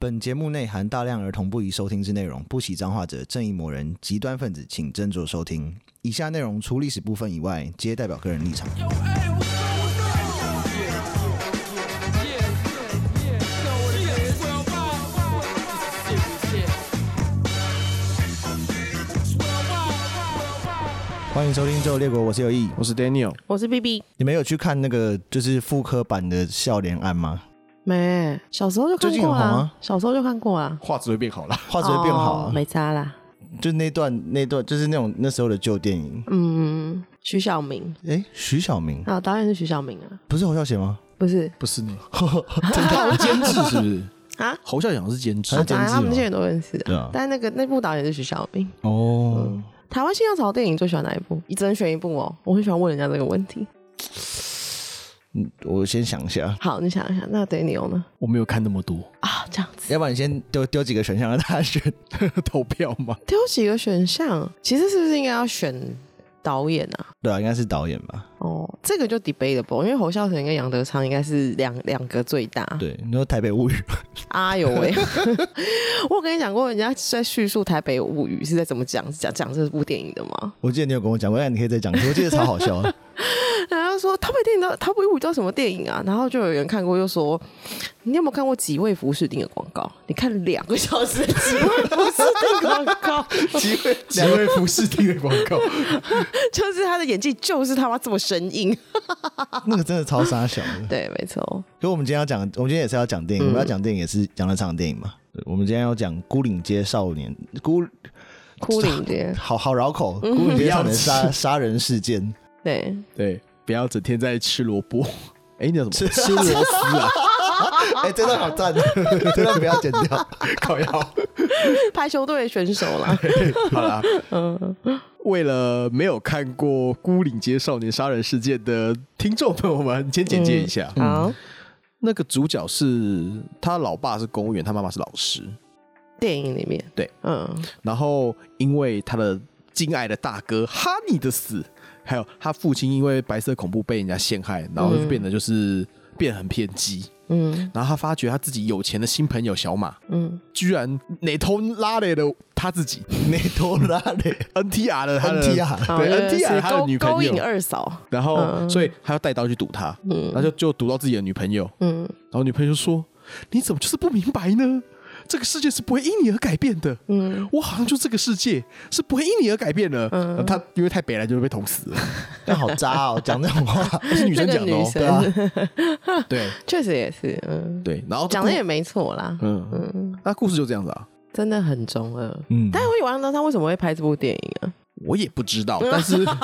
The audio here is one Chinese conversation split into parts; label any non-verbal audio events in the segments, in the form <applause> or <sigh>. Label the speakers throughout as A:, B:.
A: 本节目内含大量儿童不宜收听之内容，不喜脏话者、正义魔人、极端分子，请斟酌收听。以下内容除历史部分以外，皆代表个人立场。欢迎收听《最后列国》，我是有意。
B: 我是 Daniel，
C: 我是 B B，
A: 你们有去看那个就是复刻版的《笑脸案》吗？
C: 没，小时候就
A: 最
C: 看
A: 近
C: 过
A: 很红
C: 啦
A: 啊，
C: 小时候就看过啦，
B: 画质会变好了。
A: 画质会变好、
C: 哦
A: 啊，
C: 没差啦。
A: 就那段那段就是那种那时候的旧电影。
C: 嗯，徐小明
A: 哎，徐小明
C: 啊，导演是徐小明啊，
A: 不是侯孝贤吗？
C: 不是
B: 不是你， <laughs> 真的监制是不是？
C: 啊，
B: 侯孝贤是监制
A: 他，监
C: 反正
A: 制哦
C: 啊他们
A: 吗
C: 这些人都认识
A: 对
C: 的、
A: 啊
C: 但那个那部导演是徐小明。
A: 哦，
C: 台湾新浪潮电影最喜欢哪一部？你只能选一部哦。我很喜欢问人家这个问题。
A: 嗯，我先想一下，
C: 好，你想一下，那 Daniel 呢？
B: 我没有看那么多
C: 啊，这样子
A: 要不然你先丢丢几个选项让大家选。
B: 投票 <laughs> 嘛。
C: 丢几个选项，其实是不是应该要选导演啊？
A: 对啊，应该是导演吧？
C: 哦，这个就 debatable，因为侯孝贤跟杨德昌应该是两两个最大。
A: 对，你说《台北物语》 <laughs>
C: 啊呦喂！ <laughs> 我有跟你讲过，人家在叙述《台北物语》是在怎么讲讲讲这部电影的吗？
A: 我记得你有跟我讲过，但你可以再讲一次，我记得超好
C: <laughs>
A: 笑的。
C: 然后说台北电影的《台北物语》叫什么电影啊？然后就有人看过，就说你有没有看过几位服饰丁的广告？你看两个小时的几位服饰丁广告， <laughs>
A: 机会，
B: 几位服饰厅的广 <laughs> 告，
C: 就是他的演技就是他妈这么生硬。
A: 那个真的超傻小的。
C: 对，没错，
A: 所以我们今天要讲，我们今天也是要讲电影，我们要讲电影也是讲了场电影嘛。对我们今天要讲《孤岭街少年》，孤
C: 孤岭街。
A: 好好绕口，
C: 嗯
A: 《孤岭街少年
B: 不
A: 杀
B: 要
A: 杀人事件》。
C: 对，
B: 对，不要整天在吃萝卜。哎，你叫什么？吃螺丝啊，
A: 哎，这段好赞， <laughs> 这段不要剪掉。
B: <laughs>
A: <laughs>
B: 靠腰。
C: 排球队的选手啦。
B: <laughs> 好啦，嗯为了没有看过《孤岭街少年杀人事件》的听众朋友们，先简介一下。
C: 好，
B: 那个主角是他老爸是公务员，他妈妈是老师。
C: 电影里面，
B: 对，
C: 嗯，
B: 然后因为他的敬爱的大哥哈尼的死，还有他父亲因为白色恐怖被人家陷害，然后就变得就是、变得很偏激。
C: 嗯，
B: 然后他发觉他自己有钱的新朋友小马，
C: 嗯，
B: 居然哪头拉了了他自己
A: 内多拉的
B: NTR 的他的
A: NTR
C: 好
B: 对
C: 就是
B: NTR 他的女
C: 勾勾
B: 朋
C: 引
B: 友，
C: 二嫂，
B: 然后、
C: 嗯
B: 所以他要带刀去堵他，然后就就堵到自己的女朋友，
C: 嗯。
B: 然后女朋友就说：“你怎么就是不明白呢？这个世界是不会因你而改变的。嗯，我好像就这个世界是不会因你而改变的。嗯，他因为太北了，就被捅死了。
C: <laughs>
A: 但好渣哦，讲这种话。
B: 是女生
C: 这个
B: 讲的、
C: 女
B: 哦，
A: 对啊，
B: <laughs>
C: 生
B: 对
C: <laughs> 确实也是，嗯，
B: 对。然后
C: 讲的也没错啦，
B: 嗯嗯，那故事就这样子啊，
C: 真的很中二。
A: <laughs> 嗯，
C: 但是我有杨德昌为什么会拍这部电影 <laughs> 啊？
B: 我也不知
C: <laughs>
B: 道，但是
C: 哦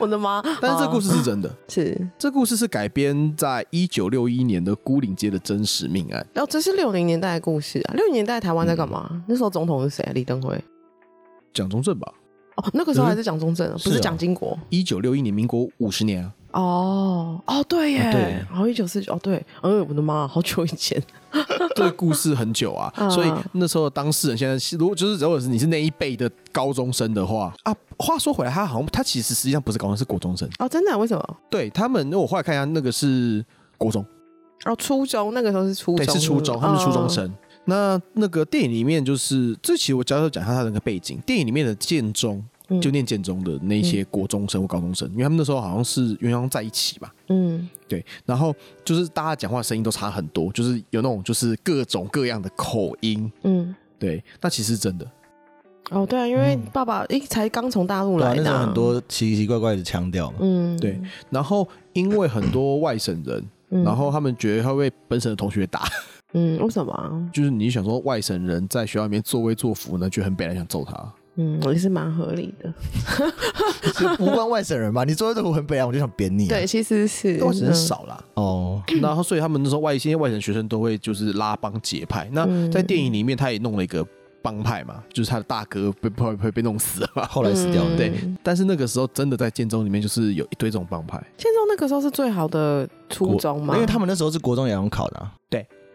C: 我的妈！
B: 但是这故事是真的。
C: 哦是
B: 这故事是改编在一九六一年的孤岭街的真实命案。
C: 哦，这是六零年代的故事啊。六零年代台湾在干嘛？那时候总统是谁啊？李登辉
B: 蒋中正吧，
C: 哦，那个时候还是蒋中正啊，
A: 是
C: 不
A: 啊
C: 是蒋经国
B: 一九六一年，民国五十年啊，
C: 哦哦，对耶，
A: 啊对
C: 然后一九四九哦对，嗯，我的妈，好久以前，
B: <laughs> 这个故事很久啊，
C: 嗯
B: 所以那时候的当事人现在是，如果就是如果是你是那一辈的高中生的话啊，话说回来，他好像他其实实际上不是高中，是国中生。
C: <laughs> 哦，真的啊、为什么？
B: 对他们，那我后来看一下，那个是国中，
C: 哦，初中那个时候是哦初
B: 对，
C: 中，
B: 是初中，他们
C: 嗯
B: 是初中生。那那个电影里面就是，这其实我教授讲一下他的那个背景。电影里面的建中
C: 嗯
B: 就念建中的那些国中生或高中生，因为他们那时候好像是鸳鸯在一起吧，
C: 嗯，
B: 对，然后就是大家讲话声音都差很多，就是有那种就是各种各样的口音，
C: 嗯
B: 对，那其实是真的，
C: 嗯，哦，对啊，因为爸爸一才刚从大陆
A: 对啊
C: 来，
A: 那
C: 的
A: 时
C: 啊、
A: 候很多奇奇怪怪的腔调嘛。
C: 嗯，
B: 对，然后因为很多外省人，
C: 嗯
B: 然后他们觉得他会被本省的同学打， <laughs>
C: 嗯，为什么啊？
B: 就是你想说外省人在学校里面作威作福呢，就很北来想揍他。
C: 嗯，也是蛮合理的。
A: 是无关外省人吧？你做这个很北啊，我就想扁你、啊。
C: 嗯对，，其实是
B: 外省人，少啦，
A: 哦，
B: 然后所以他 <coughs> 们那时候外一些外省学生都会就是拉帮结派。那
C: 嗯
B: 在电影里面，他也弄了一个帮派嘛，就是他的大哥被被被被弄死了嘛。
A: 后来死掉了。
C: 嗯
B: 对，但是那个时候真的在建中里面就是有一堆这种帮派，
C: 建中那个时候是最好的初中嘛，
A: 因为他们那时候是国中也要考的、啊，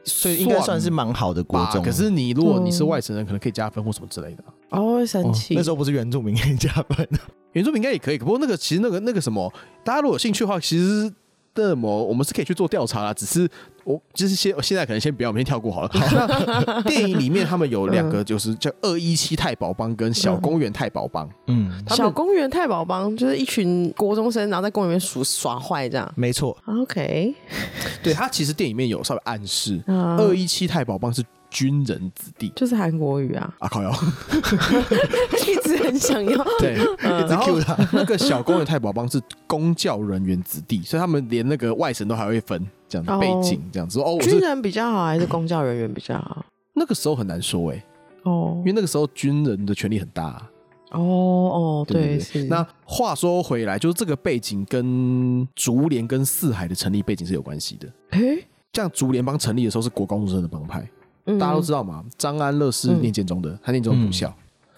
B: 所
A: 应该算是蛮好的国中。
B: 可是你如果
C: 嗯
B: 你是外省人，可能可以加分或什么之类的啊。
C: 哦会生
A: 哦
C: 气，
A: 那时候不是原住民给你加分，
B: 原住民应该也可以，不过那个其实那个那个什么，大家如果有兴趣的话，其实那么我们是可以去做调查啦。只是我就是现现在可能先不要，我们先跳过好了。好，那电影里面他们有两个，就是叫二一七太保帮跟小公园太保帮。
A: 嗯，
B: 他
C: 小
B: 们
C: 公园太保帮就是一群国中生，然后在公园里面耍耍坏这样。
A: 没错，
C: 啊 OK，
B: 对他其实电影里面有稍微暗示，
C: 啊
B: 二一七太保帮是军人子弟，
C: 就是韩国语啊
B: 啊，靠腰。
C: <laughs> 一直很想 <laughs> 要。
B: 对，然后
A: Q 他
B: 那个小公园太保帮是公教人员子弟，所以他们连那个外省都还会分这样子
C: 哦
B: 背景，这样子哦。我
C: 军
B: 是
C: 人比较好还是公教人员比较好？
B: 那个时候很难说哎、
C: 哦
B: 因为那个时候军人的权力很大、
C: 哦哦，
B: 对
C: 对，
B: 对
C: 是
B: 那话说回来，就是这个背景跟竹联跟四海的成立背景是有关系的。
C: 诶，
B: 像竹联帮成立的时候是国高中生的帮派，
C: 嗯
B: 大家都知道嘛。张安乐是
C: 嗯
B: 念建中的，他念建中补校，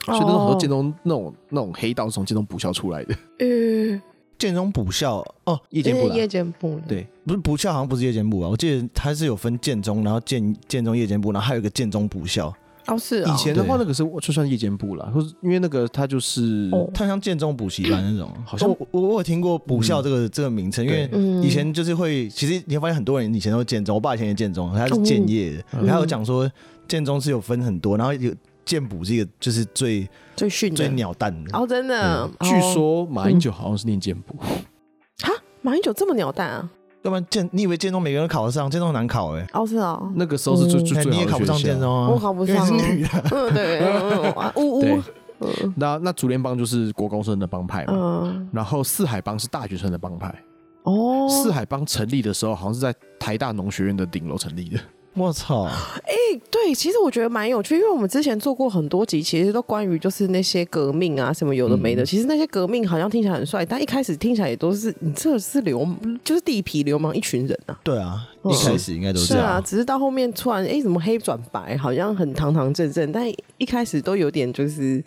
B: 所以那种很多
C: 哦
B: 建中那种那种黑道是从建中补校出来的，
C: 呃，
A: 建中补校哦，
B: 夜间部啦
C: 夜。间部
B: 对，
A: 不是补校，好像不是夜间部啊，我记得它是有分建中，然后建建中夜间部，然后还有一个建中补校，
C: 哦是啊
B: 以前的话
A: 对
B: 那个是就算夜间部啦，或是因为那个他就是
C: 哦
A: 它像建中补习班那种，好
B: 像
A: 我我我有听过补校这个、这个名称，因为
B: 对
C: 嗯
A: 以前就是会，其实你会发现很多人以前都是建中，我爸以前也建中，他是建业的，
B: 嗯
A: 他有讲说建中是有分很多，然后有建补是一个就是最
C: 最训
A: 最
C: 的，
A: 鸟蛋的，
C: 哦真的，
B: 据
C: 哦
B: 说马英九好像是念建部，
C: 哈马英九这么鸟蛋啊？
A: 要不然建你以为建中每个人都考得上，建中很难考哎、
C: 哦是啊，
B: 那个时候是最
C: 嗯
B: 最
A: 那
B: 最
A: 你
B: 好
A: 也
B: 的
A: 考不上
B: 学校
A: 建中啊，
C: 我考不上啊
A: 因为你是女的，
C: 嗯对，嗯嗯呜
B: 对
C: 呜，嗯
B: 那那竹联帮就是国高中生的帮派嘛，
C: 嗯
B: 然后四海帮是大学生的帮派。
C: 哦，
B: 四海帮成立的时候，好像是在台大农学院的顶楼成立的。
A: 我操，
C: 对，其实我觉得蛮有趣，因为我们之前做过很多集，其实都关于就是那些革命啊，什么有的没的。其实那些革命好像听起来很帅，但一开始听起来也都是你这是流，就是地痞流氓一群人啊。
A: 对啊，
C: 嗯
A: 一开始应该都
C: 是
A: 这样，
C: 啊，只是到后面突然哎、诶怎么黑转白，好像很堂堂正正，但一开始都有点就是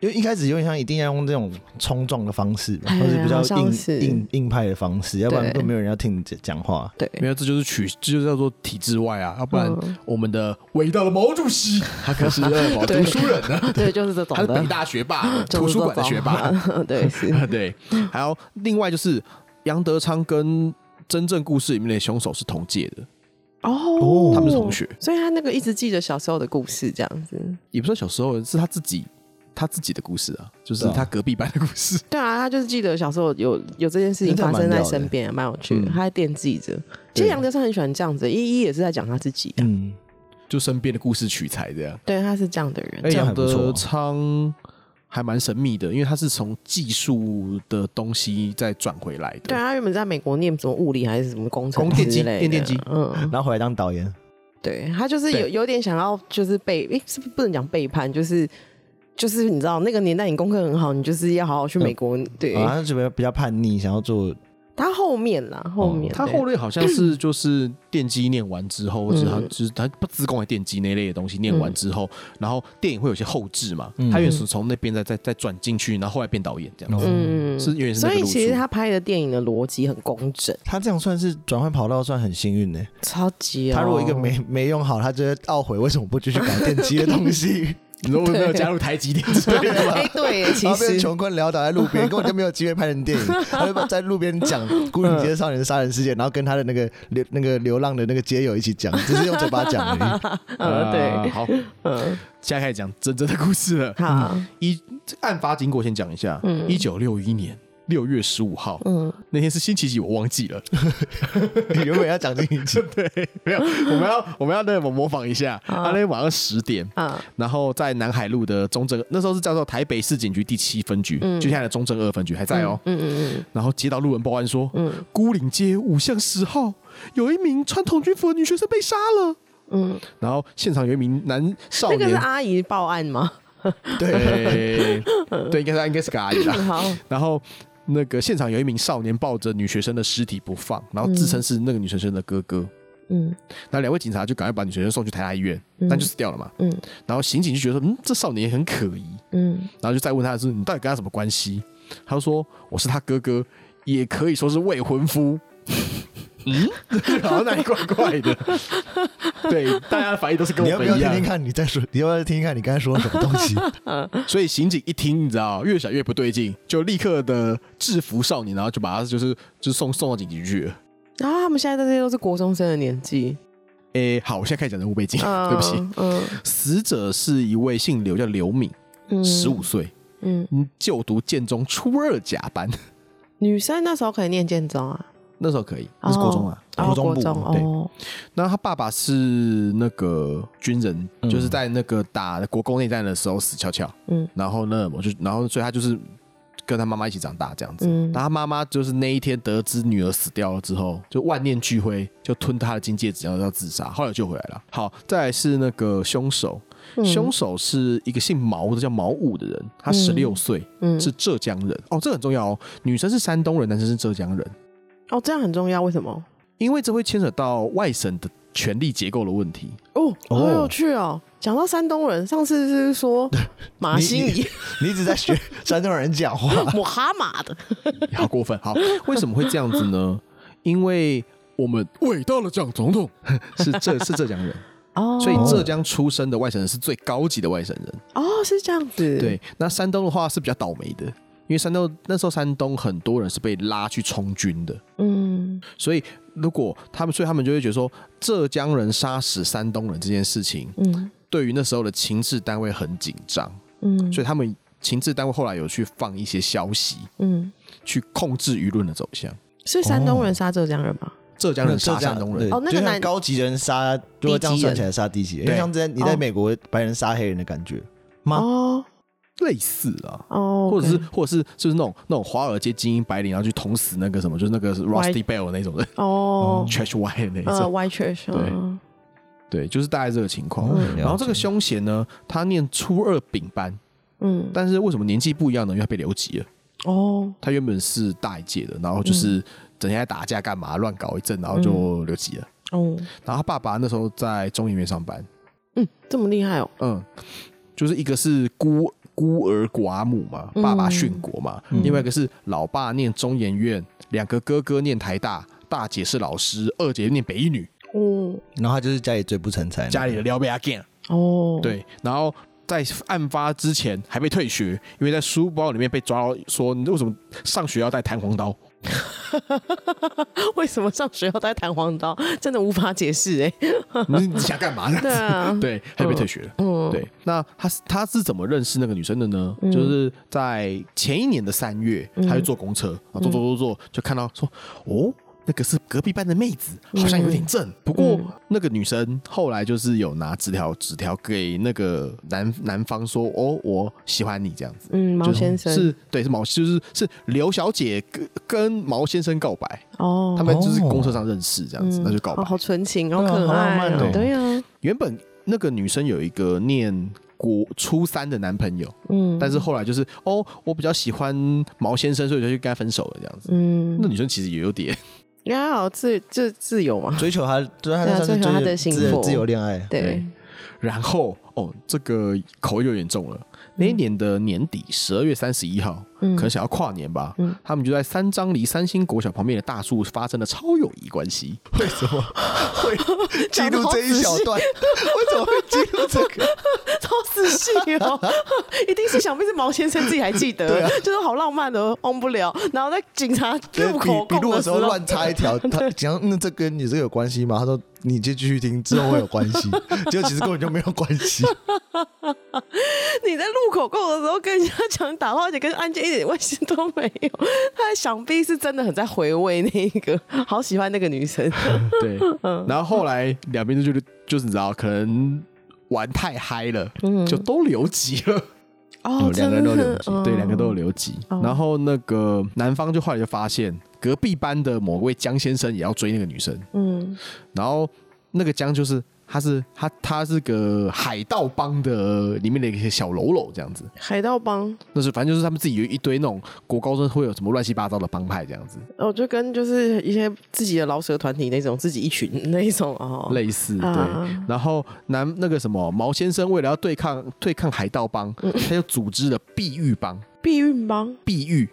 A: 因为一开始有点像一定要用这种冲撞的方式吧，
C: 哎
A: 或者比较
C: 好像是
A: 硬硬硬派的方式，要不然都
C: 对
A: 没有人要听你讲讲话。
C: 对，
B: 没有，这就是取，这就叫做体制外啊，要不然
C: 嗯
B: 我们的伟大的毛主席，他可是二毛读书人呢、
C: 对，就是这种
B: 他是
C: 的
B: 北，大学霸，
C: <laughs> 就是
B: 图书馆的
C: 这种
B: 学霸。，
C: <laughs> 对是。
B: <laughs> 对，还有另外就是杨德昌跟真正故事里面的凶手是同届的，
C: 哦，
B: 他们是同学，
C: 所以他那个一直记得小时候的故事，这样子。
B: 也不算小时候，是他自己他自己的故事啊，就是
A: 对啊
B: 他隔壁班的故事。
C: 对啊，他就是记得小时候有有这件事情
A: 真的
C: 发
A: 蛮
C: 生在
A: 妙的
C: 身边，蛮有趣的，
B: 嗯
C: 他还惦记着。其实杨德昌很喜欢这样子，依依也是在讲他自己的，
A: 嗯，
B: 就身边的故事取材这样。
C: 对，他是这样的人。
B: 哎，
A: 这样
B: 杨
A: 还不错
B: 德昌还蛮神秘的，因为他是从技术的东西再转回来的。
C: 对啊，他原本在美国念什么物理还是什么工程
B: 工电
C: 之
B: 机
C: 类的，
B: 电电机
C: 嗯，
A: 然后回来当导演，
C: 对他就是
B: 对
C: 有有点想要就是被，诶，是不是不能讲背叛？就是就是你知道那个年代你功课很好，你就是要好好去美国。
B: 嗯
C: 对，
A: 啊，他就比较比较叛逆，想要做
C: 他后面啦，后面
B: 哦他
C: 对
B: 后来好像是就是电机念完之后，或者他
C: 嗯
B: 就是他不自贡的电机那类的东西念完之后，然后电影会有些后置嘛，
A: 嗯
B: 他原始从那边再再再转进去，然后后来变导演这样子，
C: 嗯，
B: 是有点是那
C: 所
B: 个
C: 以
B: 路
C: 其
B: 数。
C: 实他拍的电影的逻辑很工整，
A: 他这样算是转换跑道，算很幸运呢、
C: 超级、哦。
A: 他如果一个
C: <laughs>
A: 没没用好，他就会懊悔为什么不继续搞电机的东
C: <laughs>
A: 西， <laughs>
B: 你说我有没有加入台积电之类的
C: 哎、
B: 吗？
C: 对耶，其
A: 然后变成
C: 实
A: 穷困潦倒在路边，根本就没有机会拍成
C: <laughs>
A: 电影，他就在路边讲《孤岭街少年杀人事件》，然后跟他的那个流那个流浪的那个街友一起讲，只是用嘴巴讲而
C: <laughs>
A: 已。 <laughs>
C: 呃，
B: 啊
C: 对，
B: 好，
C: 嗯，
B: 现在开始讲真正的故事了。
C: 好，
B: 一这案发经过先讲一下，一九六一年六月十五号，
C: 嗯，
B: 那天是星期几我忘记了，
A: 你原本要讲进一集，
B: 对，没有，我们要我们要那个模仿一下，啊，那天晚上十点，
C: 啊，
B: 然后在南海路的中正，那时候是叫做台北市警局第七分局，就现在的中正二分局还在哦，
C: 嗯嗯
B: 然后接到路人报案说，孤岭街五巷十号有一名穿童军服的女学生被杀了，
C: 嗯嗯，
B: 然后现场有一名男少
C: 那个是
B: 年，
C: 阿姨报案吗？
B: <laughs>
C: <laughs>
B: 对，对，应该是应该是个阿姨啦，
C: 好，
B: 然后那个现场有一名少年抱着女学生的尸体不放，然后自称是那个女学生的哥哥。
C: 嗯
B: 然后两位警察就赶快把女学生送去台大医院，但就死掉了嘛。
C: 嗯
B: 然后刑警就觉得说，嗯，这少年也很可疑，
C: 嗯，
B: 然后就再问他是你到底跟他什么关系？他就说我是他哥哥，也可以说是未婚夫。嗯， <laughs> 好，那你怪怪的。对，大家的反应都是跟
A: 你
B: 我
A: 要不
B: 们
A: 要
B: 一
A: 听
B: 样。
A: 听看你在说？ <laughs> 你要不要听听看你刚才说了什么东
C: <laughs>
A: 西？
B: 所以刑警一听，你知道，越想越不对劲，就立刻的制服少年，然后就把他就是就送送到警局去了。
C: 然后他们现在这些都是国中生的年纪，
B: 诶、好，我现在开始讲人物背景，
C: 嗯，
B: <laughs> 对不起。
C: 嗯
B: 死者是一位姓刘叫刘敏，
C: 嗯，
B: 十五岁，
C: 嗯，
B: 嗯就读建中初二甲班， <laughs>
C: 女生那时候可以念建中啊，
B: 那时候可以，那是国中啊，
C: 哦，
B: 中
C: 国
B: 部。
C: 中
B: 对，
C: 哦，
B: 那他爸爸是那个军人，
A: 嗯
B: 就是在那个打国共内战的时候死翘翘，
C: 嗯
B: 然后呢，我就然后所以他就是跟他妈妈一起长大这样子。
C: 嗯
B: 那他妈妈就是那一天得知女儿死掉了之后，就万念俱灰，就吞他的金戒指，然后要自杀。后来救回来了。好，再来是那个凶手，
C: 嗯
B: 凶手是一个姓毛的，叫毛武的人，他十六岁，
C: 嗯
B: 是浙江人。哦，这很重要哦，女生是山东人，男生是浙江人，
C: 哦，这样很重要，为什么？
B: 因为这会牵扯到外省的权力结构的问题。
C: 哦，
A: 哦
C: 好有趣哦。讲到山东人，上次
B: <laughs>
C: 是说马
A: 你
C: 心
A: 你
C: 怡、
A: 你一直在学山东人讲话，
B: <laughs>
C: 穆哈马的，
B: 好过分！好，为什么会这样子呢？因为我们伟大的蒋总统 <laughs> 是浙是浙江人，
C: 哦
B: 所以浙江出生的外省人是最高级的外省人。
C: 哦是这样子，，
B: 对，那山东的话是比较倒霉的，因为山东那时候山东很多人是被拉去充军的，
C: 嗯
B: 所以如果他们，所以他们就会觉得说，浙江人杀死山东人这件事情，
C: 嗯
B: 对于那时候的情治单位很紧张，
C: 嗯，
B: 所以他们情治单位后来有去放一些消息，
C: 嗯，
B: 去控制舆论的走向。
C: 是山东人杀浙江人吗？
B: 浙江人杀山东人，
A: 对
C: 哦那个
A: 就像
C: 男
A: 高级人杀，如果这样算起来杀低级人，因
B: 对
A: 为像之前你在美国白人杀黑人的感觉，啊
C: 哦
B: 类似啊，
C: 哦，
B: 或者是
C: OK
B: 或者是就是那种那种华尔街精英白领，然后去捅死那个什么，就是那个 Rusty Bell 那种 <laughs> 人
C: 哦
B: ，Trash White 那
C: 呃
B: 种，
C: ，white church，
B: 嗯对
C: 嗯
B: 对，就是大概这个情况。
A: 嗯
B: 然后这个凶嫌呢，他念初二丙班，
C: 嗯
B: 但是为什么年纪不一样呢？因为他被留级了，
C: 哦
B: 他原本是大一届的，然后
C: 嗯
B: 就是整天在打架干嘛，乱搞一阵，然后就留级了。
C: 哦，
B: 然后他爸爸那时候在中研院上班，
C: 嗯，这么厉害哦，
B: 嗯，就是一个是孤孤儿寡母嘛，
C: 嗯
B: 爸爸殉国嘛，
A: 嗯
B: 另外一个是老爸念中研院，两个哥哥念台大，大姐是老师，二姐念北一女，
C: 哦
A: 然后他就是家里最不成才，
B: 家里的撩被阿 g
C: 哦，，
B: 对，然后。在案发之前还被退学，因为在书包里面被抓到，说你为什么上学要带弹簧刀？
C: <laughs> 为什么上学要带弹簧刀？真的无法解释哎，
B: 你你想干嘛呢？
C: 对
B: <laughs>
C: 啊，
B: 对，他就被退学了。
C: 嗯，
B: 对，那他是他是怎么认识那个女生的呢？
C: 嗯
B: 就是在前一年的三月，他就坐公车，啊，坐坐坐
C: 嗯
B: 坐，就看到说，哦，那个是隔壁班的妹子，好像有点正。不过
C: 嗯
B: 那个女生后来就是有拿纸条纸条给那个男男方说，哦，我喜欢你这样子。
C: <laughs> 嗯，毛
B: 就是
C: 先生
B: 是对，是毛，就是是刘小姐跟跟毛先生告白，
C: 哦，
B: 他们就是
A: 哦
B: 公车上认识这样子，
C: 嗯
B: 那就告白
C: 哦。好纯情，好
A: 对啊
C: 可
A: 好浪
C: 爱
A: 漫
C: 哦，
A: 哦
C: 对啊，
B: 原本那个女生有一个念国初三的男朋友，
C: 嗯，
B: 但是后来就是哦，我比较喜欢毛先生，所以就去跟他分手了这样子。
C: 嗯，
B: 那女生其实也有点， <laughs>
C: 你还好自自自由嘛，
A: 追求他，就是他
C: 对啊
A: 算是
C: 追求他
A: 自
C: 的幸
A: 自
C: 福
A: 自由恋
C: <laughs>
A: 爱，
C: 对，
B: 然后哦，这个口味有点重了。那一年的年底，十二月三十一号，
C: 嗯
B: 可能想要跨年吧，
C: 嗯
B: 他们就在三张离三星国小旁边的大树发生了超友谊关
C: <laughs>
B: 系。
A: 为什么会记录这一小段？ <laughs> 为什么会记录这个？
C: 超仔细哦，
A: <laughs>
C: <laughs> 一定是想必是毛先生自己还记得，就是好浪漫的哦，忘不了。然后在警察
A: 对
C: 入
A: 笔
C: 口
A: 笔
C: 供
A: 录
C: 的
A: 的
C: 时
A: 时
C: 候
A: 候乱插一 <laughs> 条，他讲那这跟你这个有关系吗？他说你就继续听，之后会有关系。 <laughs> 结果其实根本就没有关系。
C: <laughs> 你在录口供的时候跟人家讲打炮，而且跟案件一点关系都没有。他想必是真的很在回味那一个，好喜欢那个女 <laughs> 生。
B: 对，
C: 嗯
B: 然后后来两边就就就是你知道，可能玩太嗨了，
C: 嗯
B: 就都留级了。
C: 哦
B: 呃
A: 有两个人都
C: 真的哦
A: 留级
C: 嗯
B: 对，两个都有留级。然后那个男方就后来就发现，隔壁班的某位江先生也要追那个女生，
C: 嗯
B: 然后那个江就是他是他他是个海盗帮的里面的一个小喽啰这样子，
C: 海盗帮，
B: 那是反正就是他们自己有一堆那种国高中会有什么乱七八糟的帮派这样子，
C: 哦，就跟就是一些自己的老蛇团体那种，自己一群那一种哦。
B: 类似
C: 啊
B: 对。然后男那个什么毛先生为了要对抗对抗海盗帮，
C: 嗯
B: 他就组织了碧玉帮，
C: 避孕帮
B: 碧玉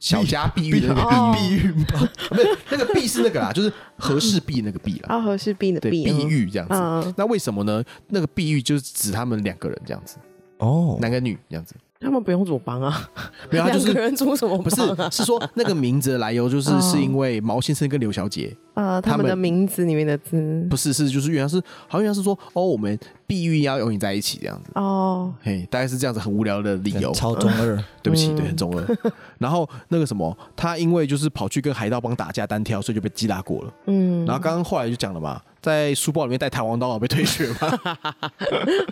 B: 小家碧玉的那个碧玉
C: 哦。
A: 避孕吧，
B: 不是那个避是那个啦，就是和氏璧那个璧啦，
C: 啊，和是避的
B: 对，
C: 避，
B: 碧玉这样子。
C: 嗯
B: 那为什么呢？那个碧玉就是指他们两个人这样子，
A: 哦
B: 男跟女这样子。
C: 他们不用组帮啊，
B: 没有他就是
C: 两个人组什么
B: 不是
C: 帮啊？
B: 是说那个名字的来由，就是
C: 哦
B: 是因为毛先生跟刘小姐，
C: 呃，
B: 他
C: 他们
B: 们
C: 的名字里面的字
B: 不是是就是原来是好像原来是说哦，我们避孕要永远在一起这样子，
C: 哦，
B: 嘿，大概是这样子很无聊的理由。
A: 超中二，
B: 对不起，对，很中二。然后那个什么，他因为就是跑去跟海盗帮打架单挑，所以就被击打过了。
C: 嗯，
B: 然后刚刚后来就讲了嘛，在书包里面带弹簧刀，然后被退学嘛。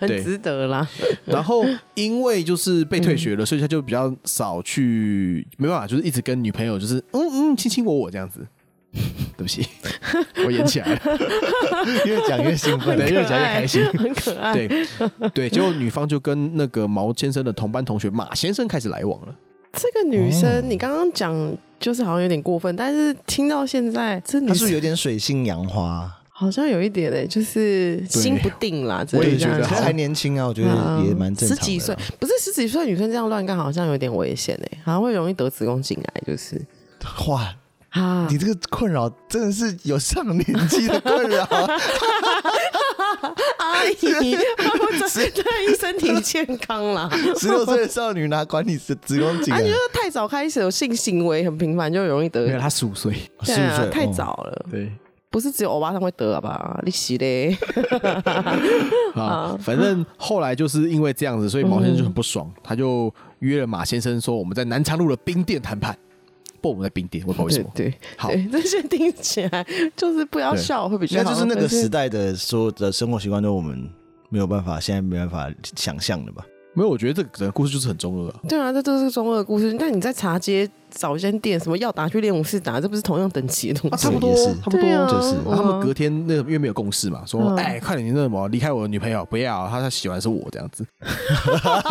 C: 很
B: 对
C: 值得啦。 <laughs>
B: 然后因为就是被退学了，所以他就比较少去，没办法，就是一直跟女朋友就是嗯嗯亲亲我我这样子。 <laughs> 对不起，我演起来了。
A: 越讲越兴 <laughs> 奋，
B: 对
A: 越讲
B: 讲越开心
C: 很可爱。
B: 对对，结果女方就跟那个毛先生的同班同学马先生开始来往了。
C: 这个女
A: 哦
C: 生，你刚刚讲就是好像有点过分，但是听到现在，这女
A: 他是不是
C: 生
A: 有点水性杨花？
C: 好像有一点嘞，就是心不定啦，只
B: 我也
C: 能这
B: 觉得
C: 样
A: 可
C: 讲
A: 是还年轻啊，我觉得
C: 嗯
A: 也蛮正常的
C: 十
A: 啊。
C: 几岁，不是十几岁女生这样乱干，好像有点危险哎，好像会容易得子宫颈癌，就是
A: <laughs> 哇，
C: 啊
A: 你，这个困扰真的是有上年纪的困扰，啊
C: 阿姨，对对，身体健康
B: <laughs>
C: 啦。
B: 啊
A: 十六岁的少女哪管你子子宫颈
C: 啊，
A: 啊
C: 你觉？得太早开始有性行为很频繁，就容易得
B: 没有，他十五岁。
A: 十
C: 对
A: 五
C: 啊
A: 岁，
C: 太
A: 哦
C: 早了，
B: 对
C: 不是只有欧巴桑会得好吧？你洗嘞，嗯
B: 啊，反正后来就是因为这样子，所以毛先生就很不爽，
C: 嗯
B: 他就约了马先生说，我们在南昌路的冰店谈判。不，我们在冰店，我也不知道为什
C: 对
B: 么。
C: 对，
B: 好
C: 对，这些听起来就是不要
B: 对
C: 笑会比较
A: 那
C: 好，
A: 就是那个
C: 但
A: 时代的所有的生活习惯都我们没有办法，现在没办法想象的吧？
B: 没有，我觉得这个整个故事就是很中二啊。
C: 对啊，这都是中二的故事。那你在茶街找一间店，什么要打去练武士打，这不是同样等级的东
B: 啊，
C: 西？
B: 差不多
A: 也是，
B: 差不多
C: 对啊
B: 就是。
C: 嗯
B: 然后他们隔天那个因为没有共识嘛，说
C: 嗯
B: 哎，快点，你那什么离开我的女朋友，不要，她她喜欢的是我这样子。
A: <laughs>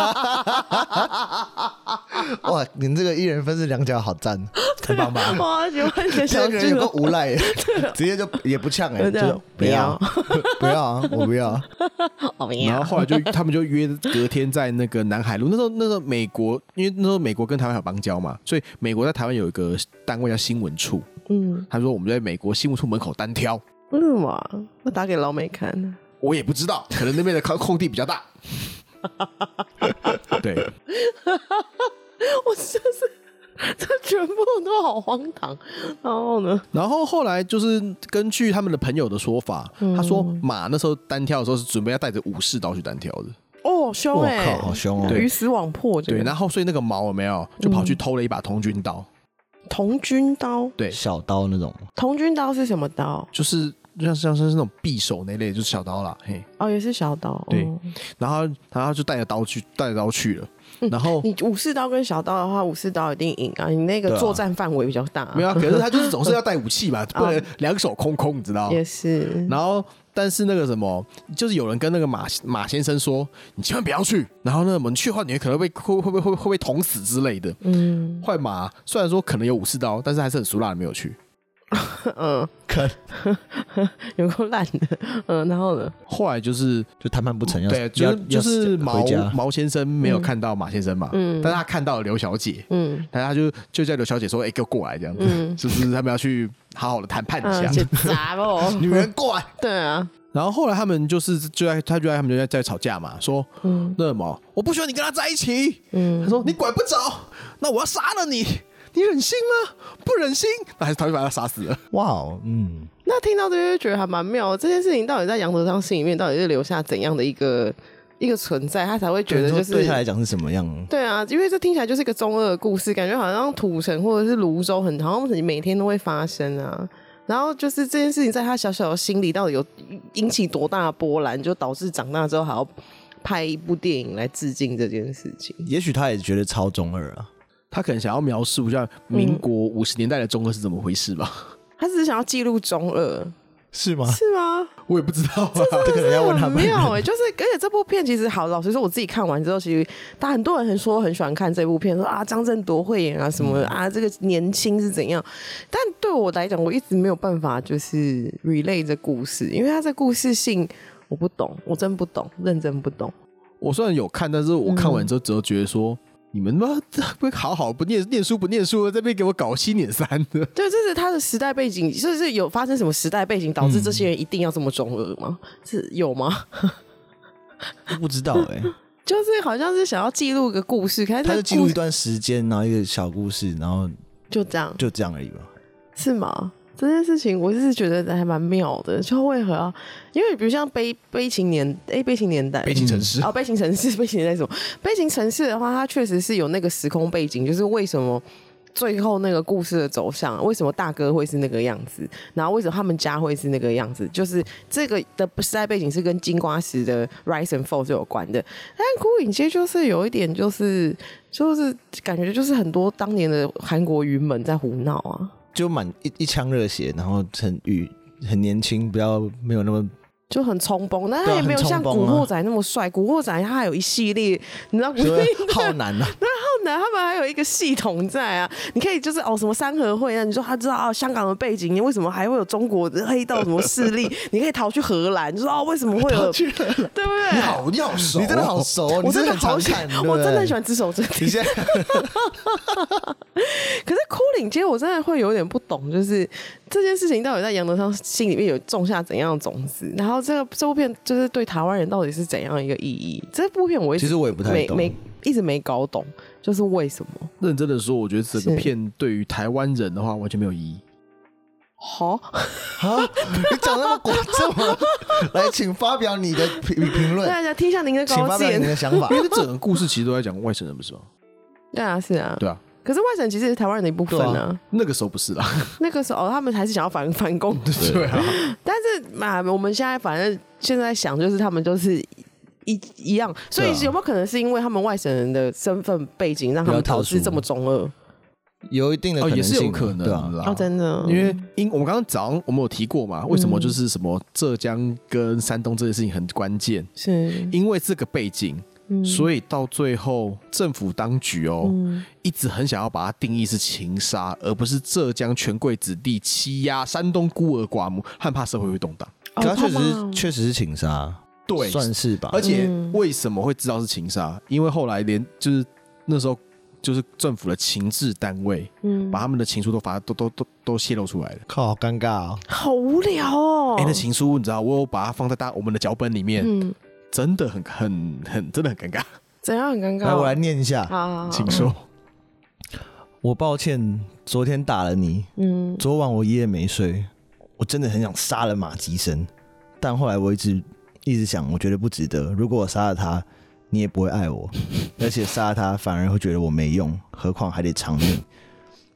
A: 哇，你这个一人分饰两角，好 <laughs> 赞，很棒吧？
C: <laughs> 哇，喜欢你的
A: 第二
C: 小
A: <laughs> 个人有
C: 剧
A: 个
C: 哦
A: 无赖耶， <laughs> 直接就也不呛哎，
C: 就这样
A: 就不要啊 <laughs> 不要啊，我不要，
B: 然
C: 好
B: 后
C: 呀，
B: 后来就他们就约隔天在那个南海路，那时候那时候美国，因为那时候美国跟台湾有邦交嘛，所以美国在台湾有一个单位叫新闻处，
C: 嗯，
B: 他说我们在美国新闻处门口单挑，
C: 为什么啊？我打给老美看， <laughs>
B: 我也不知道，可能那边的空空地比较大。对，
C: 我真是。这全部都好荒唐，然后呢？
B: 然后后来就是根据他们的朋友的说法，
C: 嗯
B: 他说马那时候单挑的时候是准备要带着武士刀去单挑的，
C: 哦，凶
A: 我
C: 哎、
A: 靠，好凶哦！
B: 对
C: 鱼死网破这
B: 对，
C: 个。嗯
B: 然后所以那个毛有没有就跑去偷了一把童军刀，
C: 童军刀，
B: 对，
A: 小刀那 <laughs> 种，
C: 童军刀是什么刀？
B: 就是像像是那种匕首那类的，就是小刀啦，嘿，
C: 哦，也是小刀。
B: 对
C: 哦
B: 然后然后就带着刀去，带着刀去了，然后。
C: 嗯你武士刀跟小刀的话，武士刀一定赢啊！你那
A: 对
C: 个
A: 啊
C: 作战范围比较大、啊
B: 没有、啊，可是他就是总是要带武器
C: <laughs>
B: 嘛，不能两手空空，你知道？
C: 啊也是。
B: 然后，但是那个什么，就是有人跟那个马马先生说，你千万不要去。然后呢，我们去的话，你可能会被会会会会会被捅死之类的。
C: 嗯
B: 坏马虽然说可能有武士刀，但是还是很俗辣的没有去。
C: 嗯， <laughs>
A: 可
C: 有够烂的。嗯，然后呢？
B: 后来就是
A: 就谈判不成，要
B: 对，就
A: 要
B: 是就
A: 要
B: 是毛
A: 回家
B: 毛先生没有看到马先生嘛，
C: 嗯
B: 但是他看到了刘小姐，
C: 嗯
B: 但他就就叫刘小姐说：“哎、给我过来，这样子，
C: 嗯
B: 就是他们要去好好的谈判
C: 嗯，
B: 一
C: 就
B: 下，
C: 砸哦。
B: 女人过来。”
C: 对啊，
B: 然后后来他们就是就在他就在他们就在在吵架嘛，说
C: 嗯
B: 那么我不喜欢你跟他在一起，他
C: 嗯，
B: 说你管不着，那我要杀了你，你忍心吗？不忍心，那还是他就把他杀死了。
A: 哇哦，嗯，
C: 那听到这边就觉得还蛮妙的。这件事情到底在杨德昌心里面到底是留下怎样的一个一个存在，他才会觉得
A: 对
C: 就
A: 说
C: 是
A: 对他来讲是什么样？
C: 对啊，因为这听起来就是一个中二的故事，感觉好像土城或者是泸州很好像每天都会发生啊。然后就是这件事情在他小小的心里到底有引起多大的波澜，就导致长大之后还要拍一部电影来致敬这件事情。
A: 也许他也觉得超中二啊，
B: 他可能想要描述一下民国五十年代的中二是怎么回事吧，
C: 他只是想要记录中二，
A: 是吗？
C: <laughs> 是吗？
B: 我也不知道啊。
A: <laughs>
C: <laughs>
A: 这可能要问他
C: 很
A: 们。 <laughs>
C: 妙哎、就是而且这部片其实好，老实说，我自己看完之后，其实大很多人很说很喜欢看这部片，说啊张震多会演啊什
A: 嗯
C: 么、啊，这个年轻是怎样。但对我来讲，我一直没有办法就是 relay 这故事，因为它这故事性我不懂，我真不懂，认真不懂。
B: <laughs> 我虽然有看，但是我看完之后只有觉得说，你们妈不好好不念念书不念书，在那边给我搞七年三的。
C: 对，这是他的时代背景，就是有发生什么时代背景导致这些人一定要这么中二吗？是有吗？
A: <laughs> 不知道哎、
C: <laughs> 就是好像是想要记录一个故事，可是
A: 他
C: 这
A: 就
C: 个
A: 记录
C: 故
A: 一段时间，然后一个小故事，然后
C: 就这样，
A: 就这样而已吧。
C: 是吗？这件事情我是觉得还蛮妙的，就为何啊？因为比如像悲悲情年哎、悲情年代，
B: 情城市
C: 哦，悲情城市， <laughs> 悲情年代是什么？悲情城市的话，它确实是有那个时空背景，就是为什么最后那个故事的走向，为什么大哥会是那个样子，然后为什么他们家会是那个样子，就是这个的时代背景是跟金瓜石的 rise and fall 是有关的。但孤影街就是有一点，就是就是感觉就是很多当年的韩国娱们在胡闹啊，
A: 就满一一腔热血，然后很与很年轻，不要没有那么
C: 就很冲崩，但
A: 对
C: 他
A: 啊
C: 也没有
A: 很冲
C: 像
A: 崩
C: 古
A: 啊
C: 惑仔那么帅。古惑仔他有一系列，你知道古
A: 就
C: <laughs> 惑
A: 是浩南啊，
C: 男他们还有一个系统在啊，你可以就是哦什么三合会啊，你说他知道啊香港的背景，你为什么还会有中国的黑道什么势
A: <laughs>
C: 力？你可以逃去荷兰，你说哦为什么会有对不对？
B: 你好尿熟哦，
A: <laughs> 你真的好熟哦，
C: 我
A: 你
C: 真
A: 的
C: 的
A: 很
C: 好
A: 常
C: 喜
A: 看，对，不
C: 我真的很喜
A: 对。
C: 欢这首真
A: 你
C: 题。
A: 现在
C: 可是哭岭街我真的会有点不懂，就是这件事情到底在杨德昌心里面有种下怎样的种子？然后这个这部片就是对台湾人到底是怎样一个意义？这部片我一直
A: 其实我也不太
C: 没
A: 懂
C: 没一直没搞懂，就是为什么？
B: 认真的说，我觉得整个
C: 是
B: 片对于台湾人的话完全没有意义。
C: 好、
A: 啊， <laughs> 你讲那么果这么，来，请发表你的评评
C: <laughs>
A: 论，
C: 大家听一下您的
A: 请
C: 高
A: 发表你
C: 见。
A: 的想法
B: 因。为这整个故事其实都在讲外省人，不是吗？
C: 对啊，是
A: 嗯
C: 啊，
B: 对啊，
C: 可是外省其实也是台湾人的一部分
A: 对
C: 啊。
A: 啊
B: 那个时候不是啦。
C: 那个时候、哦他们还是想要反反攻，
B: <laughs> 对啊，
C: 但是嘛，我们现在反正现在想就是他们就是一一一样，所以
A: 对啊
C: 有没有可能是因为他们外省人的身份背景，让他们
A: 不要
C: 导
A: 特殊
C: 致这么中二？
A: 有一定的
B: 哦，
A: 可
B: 也
A: 能
B: 是有
A: 性
B: 可能
A: 对啊，
B: 啦
C: 哦，。真的，
B: 因为因我们刚刚早上我们有提过嘛，为什么就是什么浙江跟山东这件事情很关键？
C: 是嗯
B: 因为这个背景，所以到最后政府当局哦，
C: 嗯
B: 一直很想要把它定义是情杀，而不是浙江权贵子弟欺压山东孤儿寡母，害怕社会会动荡。
A: 可他确实
C: 哦
A: 是确实是情杀，
B: 对，
A: 算是吧
B: 而。且
C: 嗯
B: 为什么会知道是情杀？因为后来连就是那时候就是政府的情治单位
C: 嗯
B: 把他们的情书都发都都都都泄露出来了。
A: 靠，好尴尬哦！
C: 好无聊哦
B: 哎、。那情书你知道，我有把它放在大我们的脚本里面，
C: 嗯，
B: 真的很很很真的很尴尬。
C: 怎样很尴尬？哦
A: 来，我来念一下。
C: 啊，
B: 请说，
A: 我抱歉，昨天打了你。
C: 嗯，
A: 昨晚我一夜没睡，我真的很想杀了马吉生，但后来我一直一直想，我觉得不值得。如果我杀了他，你也不会爱 <laughs> 我，而且杀了他反而会觉得我没用，何况还得偿命。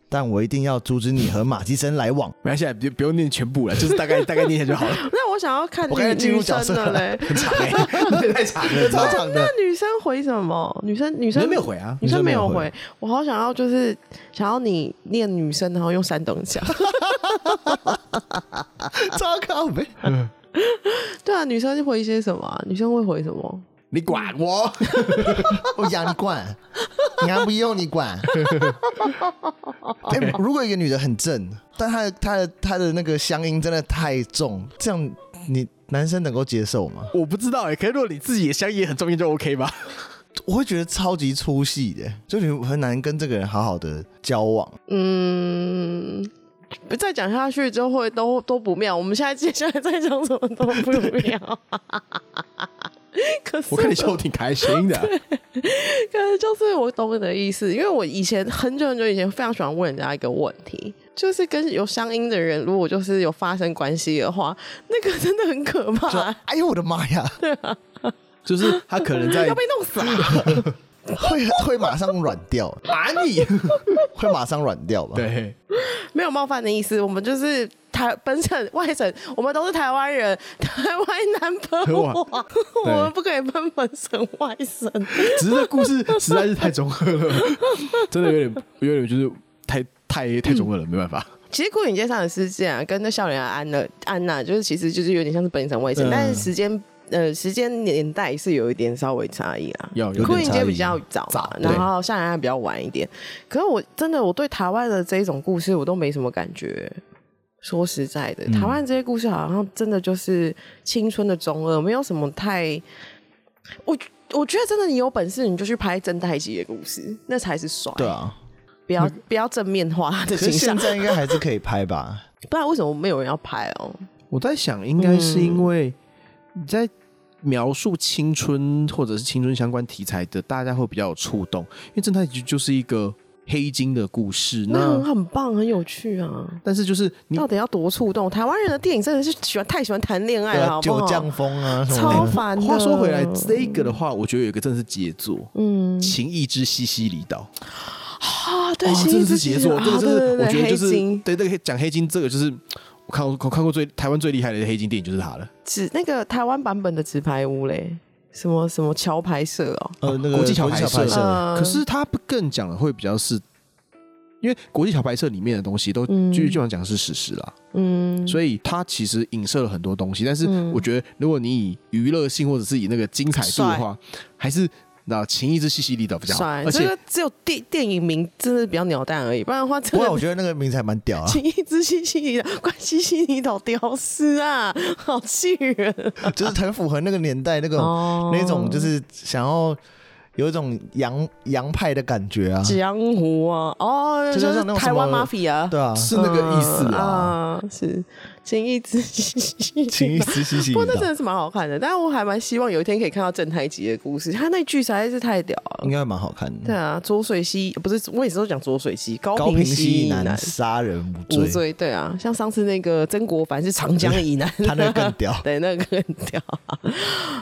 A: 但我一定要阻止你和马吉生来往。
B: 没关系，啊不不用念全部了，就是大概大概念一下就好
C: <laughs>
B: 了。
C: 那我想要看女
A: 我开始进入
C: 女
A: 角色
C: 生的
B: <laughs>
C: 嘞。
A: <laughs>
B: 很长哎、
C: <laughs>
B: 那也太长了，
A: 超长的，
C: 那女生回什么？女生女
B: 你
C: 生
B: 没有回啊？
C: 女生没有
A: 女生没
C: 回
A: 有，
C: 我好想要就是想要你念女生，然后用山东腔。
A: <laughs> 糟糕呗！
C: 对啊，女生回一些什么啊、女生会回什么？
B: 你管我？
A: 我养你管，啊你还不用你 <laughs> 管。哎、如果一个女的很正，但她的她的她的那个乡音真的太重，这样你男生能够接受吗？
B: 我不知道哎、可是如果你自己也相应也很重要，就 OK 吧？
A: 我会觉得超级出戏的，就你很难跟这个人好好的交往。
C: 嗯，再讲下去就会都都不妙。我们现在接下来再讲什么都不妙。 <laughs> 可是
B: 我看你笑得挺开心
C: <laughs>
B: 的，啊
C: 可是就是我懂你的意思，因为我以前很久很久以前非常喜欢问人家一个问题，就是跟有相应的人，如果就是有发生关系的话，那个真的很可
A: 就
C: 怕，
A: 哎呦我的妈
C: <laughs>
A: 呀，
B: 就是他可能在
C: 要被弄死啊！
A: 会会马上软掉，
B: <laughs> 打你。
A: <laughs> 会马上软掉吧？，
B: 对，
C: 没有冒犯的意思，我们就是台本省外省，我们都是台湾人，台湾男朋
B: 哇
C: 友， <laughs> 我们不可以分本省外省。
B: 只是这故事实在是太中二了， <laughs> 真的有点有点就是太太太中二了，没办法。
C: 其实顾影街上的事件啊，跟那笑脸的安的安娜，就是其实就是有点像是本省外省，
A: 嗯
C: 但是时间呃时间年代是有一点稍微差异啦。
B: 要有
C: 酷
A: 点
C: 影
A: 差
C: 街
A: 异
C: 比较早嘛
B: 早，对
C: 然后夏兰安比较晚一点。可是我真的我对台湾的这一种故事我都没什么感觉。说实在
A: 嗯
C: 的，台湾这些故事好像真的就是青春的中二，没有什么太我。我觉得真的，你有本事你就去拍正太级的故事，那才是帅。
A: 对，啊。
C: 不要不要正面化他的
A: 可
C: 形
A: 是
C: 象
A: 现，在应该还是可以拍
C: <laughs>
A: 吧？
C: 不然为什么没有人要拍哦？
B: 嗯我在想，应该是因为你在描述青春或者是青春相关题材的，大家会比较有触动，因为正太局就是一个黑金的故事。
C: 那很
B: 那
C: 很棒，很有趣啊！
B: 但是就是你
C: 到底要多触动？台湾人的电影真的是喜欢太喜欢谈恋爱
A: 对啊，
C: 了，哎好不好
A: 九降风啊什
C: 超
A: 么的，
C: 烦的。
B: 哎话说回来，这个的话，我觉得有一个真的是杰作，
C: 嗯
B: 情意之西西里岛》
C: 啊，对，
B: 哇
C: 其
B: 真的
C: 实
B: 是杰作，真的是我觉得就是
C: 啊黑
B: 对这个讲黑金这个就是我看我看过最台湾最厉害的黑金电影就是它了。
C: 纸那个台湾版本的纸牌屋嘞，什么什么桥牌社哦，
A: 呃，那个
B: 国际桥
A: 桥
B: 牌
A: 拍
B: 社
A: 摄，
C: 嗯
B: 可是它更讲的会比较是，因为国际桥牌社里面的东西都
C: 嗯
B: 基基本上讲的是史实啦，
C: 嗯，
B: 所以它其实影射了很多东西。但是
C: 嗯
B: 我觉得，如果你以娱乐性或者是以那个精彩度的话，还是那情义之西西里岛比较好，
C: 帅，
B: 而
C: 这
B: 且
C: 个只有电电影名真的比较鸟蛋而已，不然的话真
A: 不过我
C: 的。
A: 觉得那个名字还蛮屌
C: <laughs>
A: 啊，
C: 请一只西西里岛，关西西里岛屌丝啊，好气人
A: 就是很符合那个年代那种
C: 哦！
A: 那种就是想要有一种洋洋派的感觉啊，
C: 江湖啊，哦，
A: 就
C: 就
A: 像
C: 是
A: 那种什么
C: 台湾 mafia，
A: 对啊，
C: 嗯
A: <laughs>
B: 是那个意思啊。
C: 啊，是请一只西西里岛
A: 情意思兮兮
C: 不过
A: 的
C: 那真，的是蛮好看的，但是我还蛮希望有一天可以看到正太级的故事。他那句实在是太屌了
A: 应。该蛮好看的。
C: 对啊，浊水溪不是，我也是都讲浊水溪，高
A: 高
C: 平
A: 平
C: 溪
A: 西
C: 以
A: 南
C: 南
A: 杀人无
C: 无
A: 罪，
C: 罪。对啊，像上次那个曾国藩是长江
A: <laughs>
C: 以南，。
A: 他那个更屌
C: 对，那个很屌。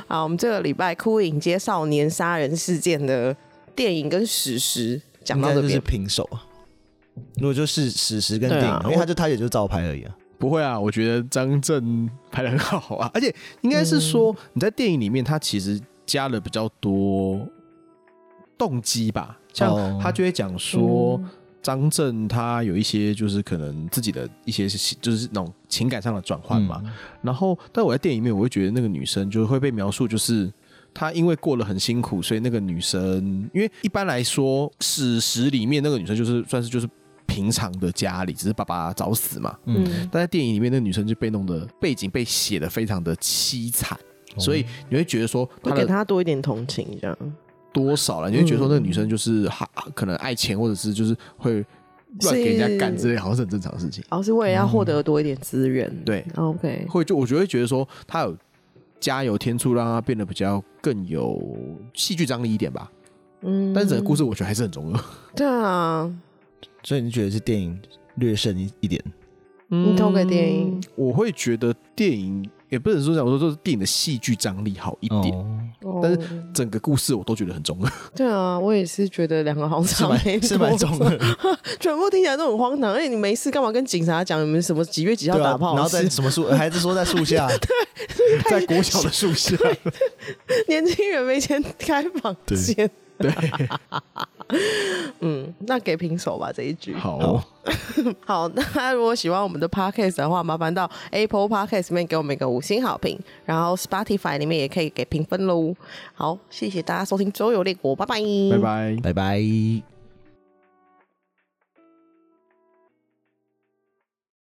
C: 好，我们这个礼拜哭影街少年杀人事件的电影跟史实 <laughs> 讲
A: 应
C: 到
A: 该
C: 这
A: 就是
C: 边，
A: 平手啊。如果就是史实跟
C: 对啊
A: 电影，因为
C: 我
A: 他就他也就照拍而已啊。
B: 不会啊，我觉得张震拍的很好啊，而 <laughs> 且应该是说你在电影里面，他其实加了比较多动机吧，
A: 哦
B: 像他就会讲说。张震他有一些就是可能自己的一些就是那种情感上的转换嘛，然后但我在电影里面，我会觉得那个女生就会被描述就是。她因为过得很辛苦，所以那个女生，因为一般来说史实里面那个女生就是算是就是平常的家里，只是爸爸早死嘛。
C: 嗯，
B: 但在电影里面，那个女生就被弄的背景被写的非常的凄惨，
C: 哦
A: 哦
B: 所以你会觉得说她
C: 会给
B: 的
C: 他多一点同情，这样。
B: 多少了，你会觉得说那个女生就是哈、可能爱钱，或者是就是会乱给人家干之类，好像是很正常的事情。
C: 然哦后是为了要获得多一点资源。哦
B: 对
C: ，OK，
B: 会就我就会觉得说他有加油添醋，让他变得比较更有戏剧张力一点吧。
C: 嗯
B: 但是整个故事我觉得还是很中二。 <laughs>
C: 对啊，
A: 所以你觉得是电影略胜一一点？
C: 你投给电影，
B: 我会觉得电影也不能说讲，我说就是电影的戏剧张力好一点，但是
C: 哦
B: 整个故事我都觉得很中二。
C: 对啊，我也是觉得两个好
A: 是
C: 像差没
A: 蛮是蛮
C: 多
A: 重
C: 少
A: 的，
C: <laughs> 全部听起来都很荒唐。而哎且你没事干嘛跟警察讲你们什么几月几号
A: 对啊
C: 打炮
A: 然
C: 的
A: 后
C: 事？
A: 在什么树，孩子说在树下，
B: 在国小的树下，
C: <laughs> 年轻人没钱开房间。
B: 对，
C: <laughs> 嗯，那给平手吧这一局。
B: 好，哦
C: <laughs> 好，那大家如果喜欢我们的 podcast 的话，麻烦到 Apple Podcast 里面给我们一个五星好评，然后 Spotify 里面也可以给评分喽。好，谢谢大家收听周游列国，拜拜，
B: 拜拜。
A: 拜拜。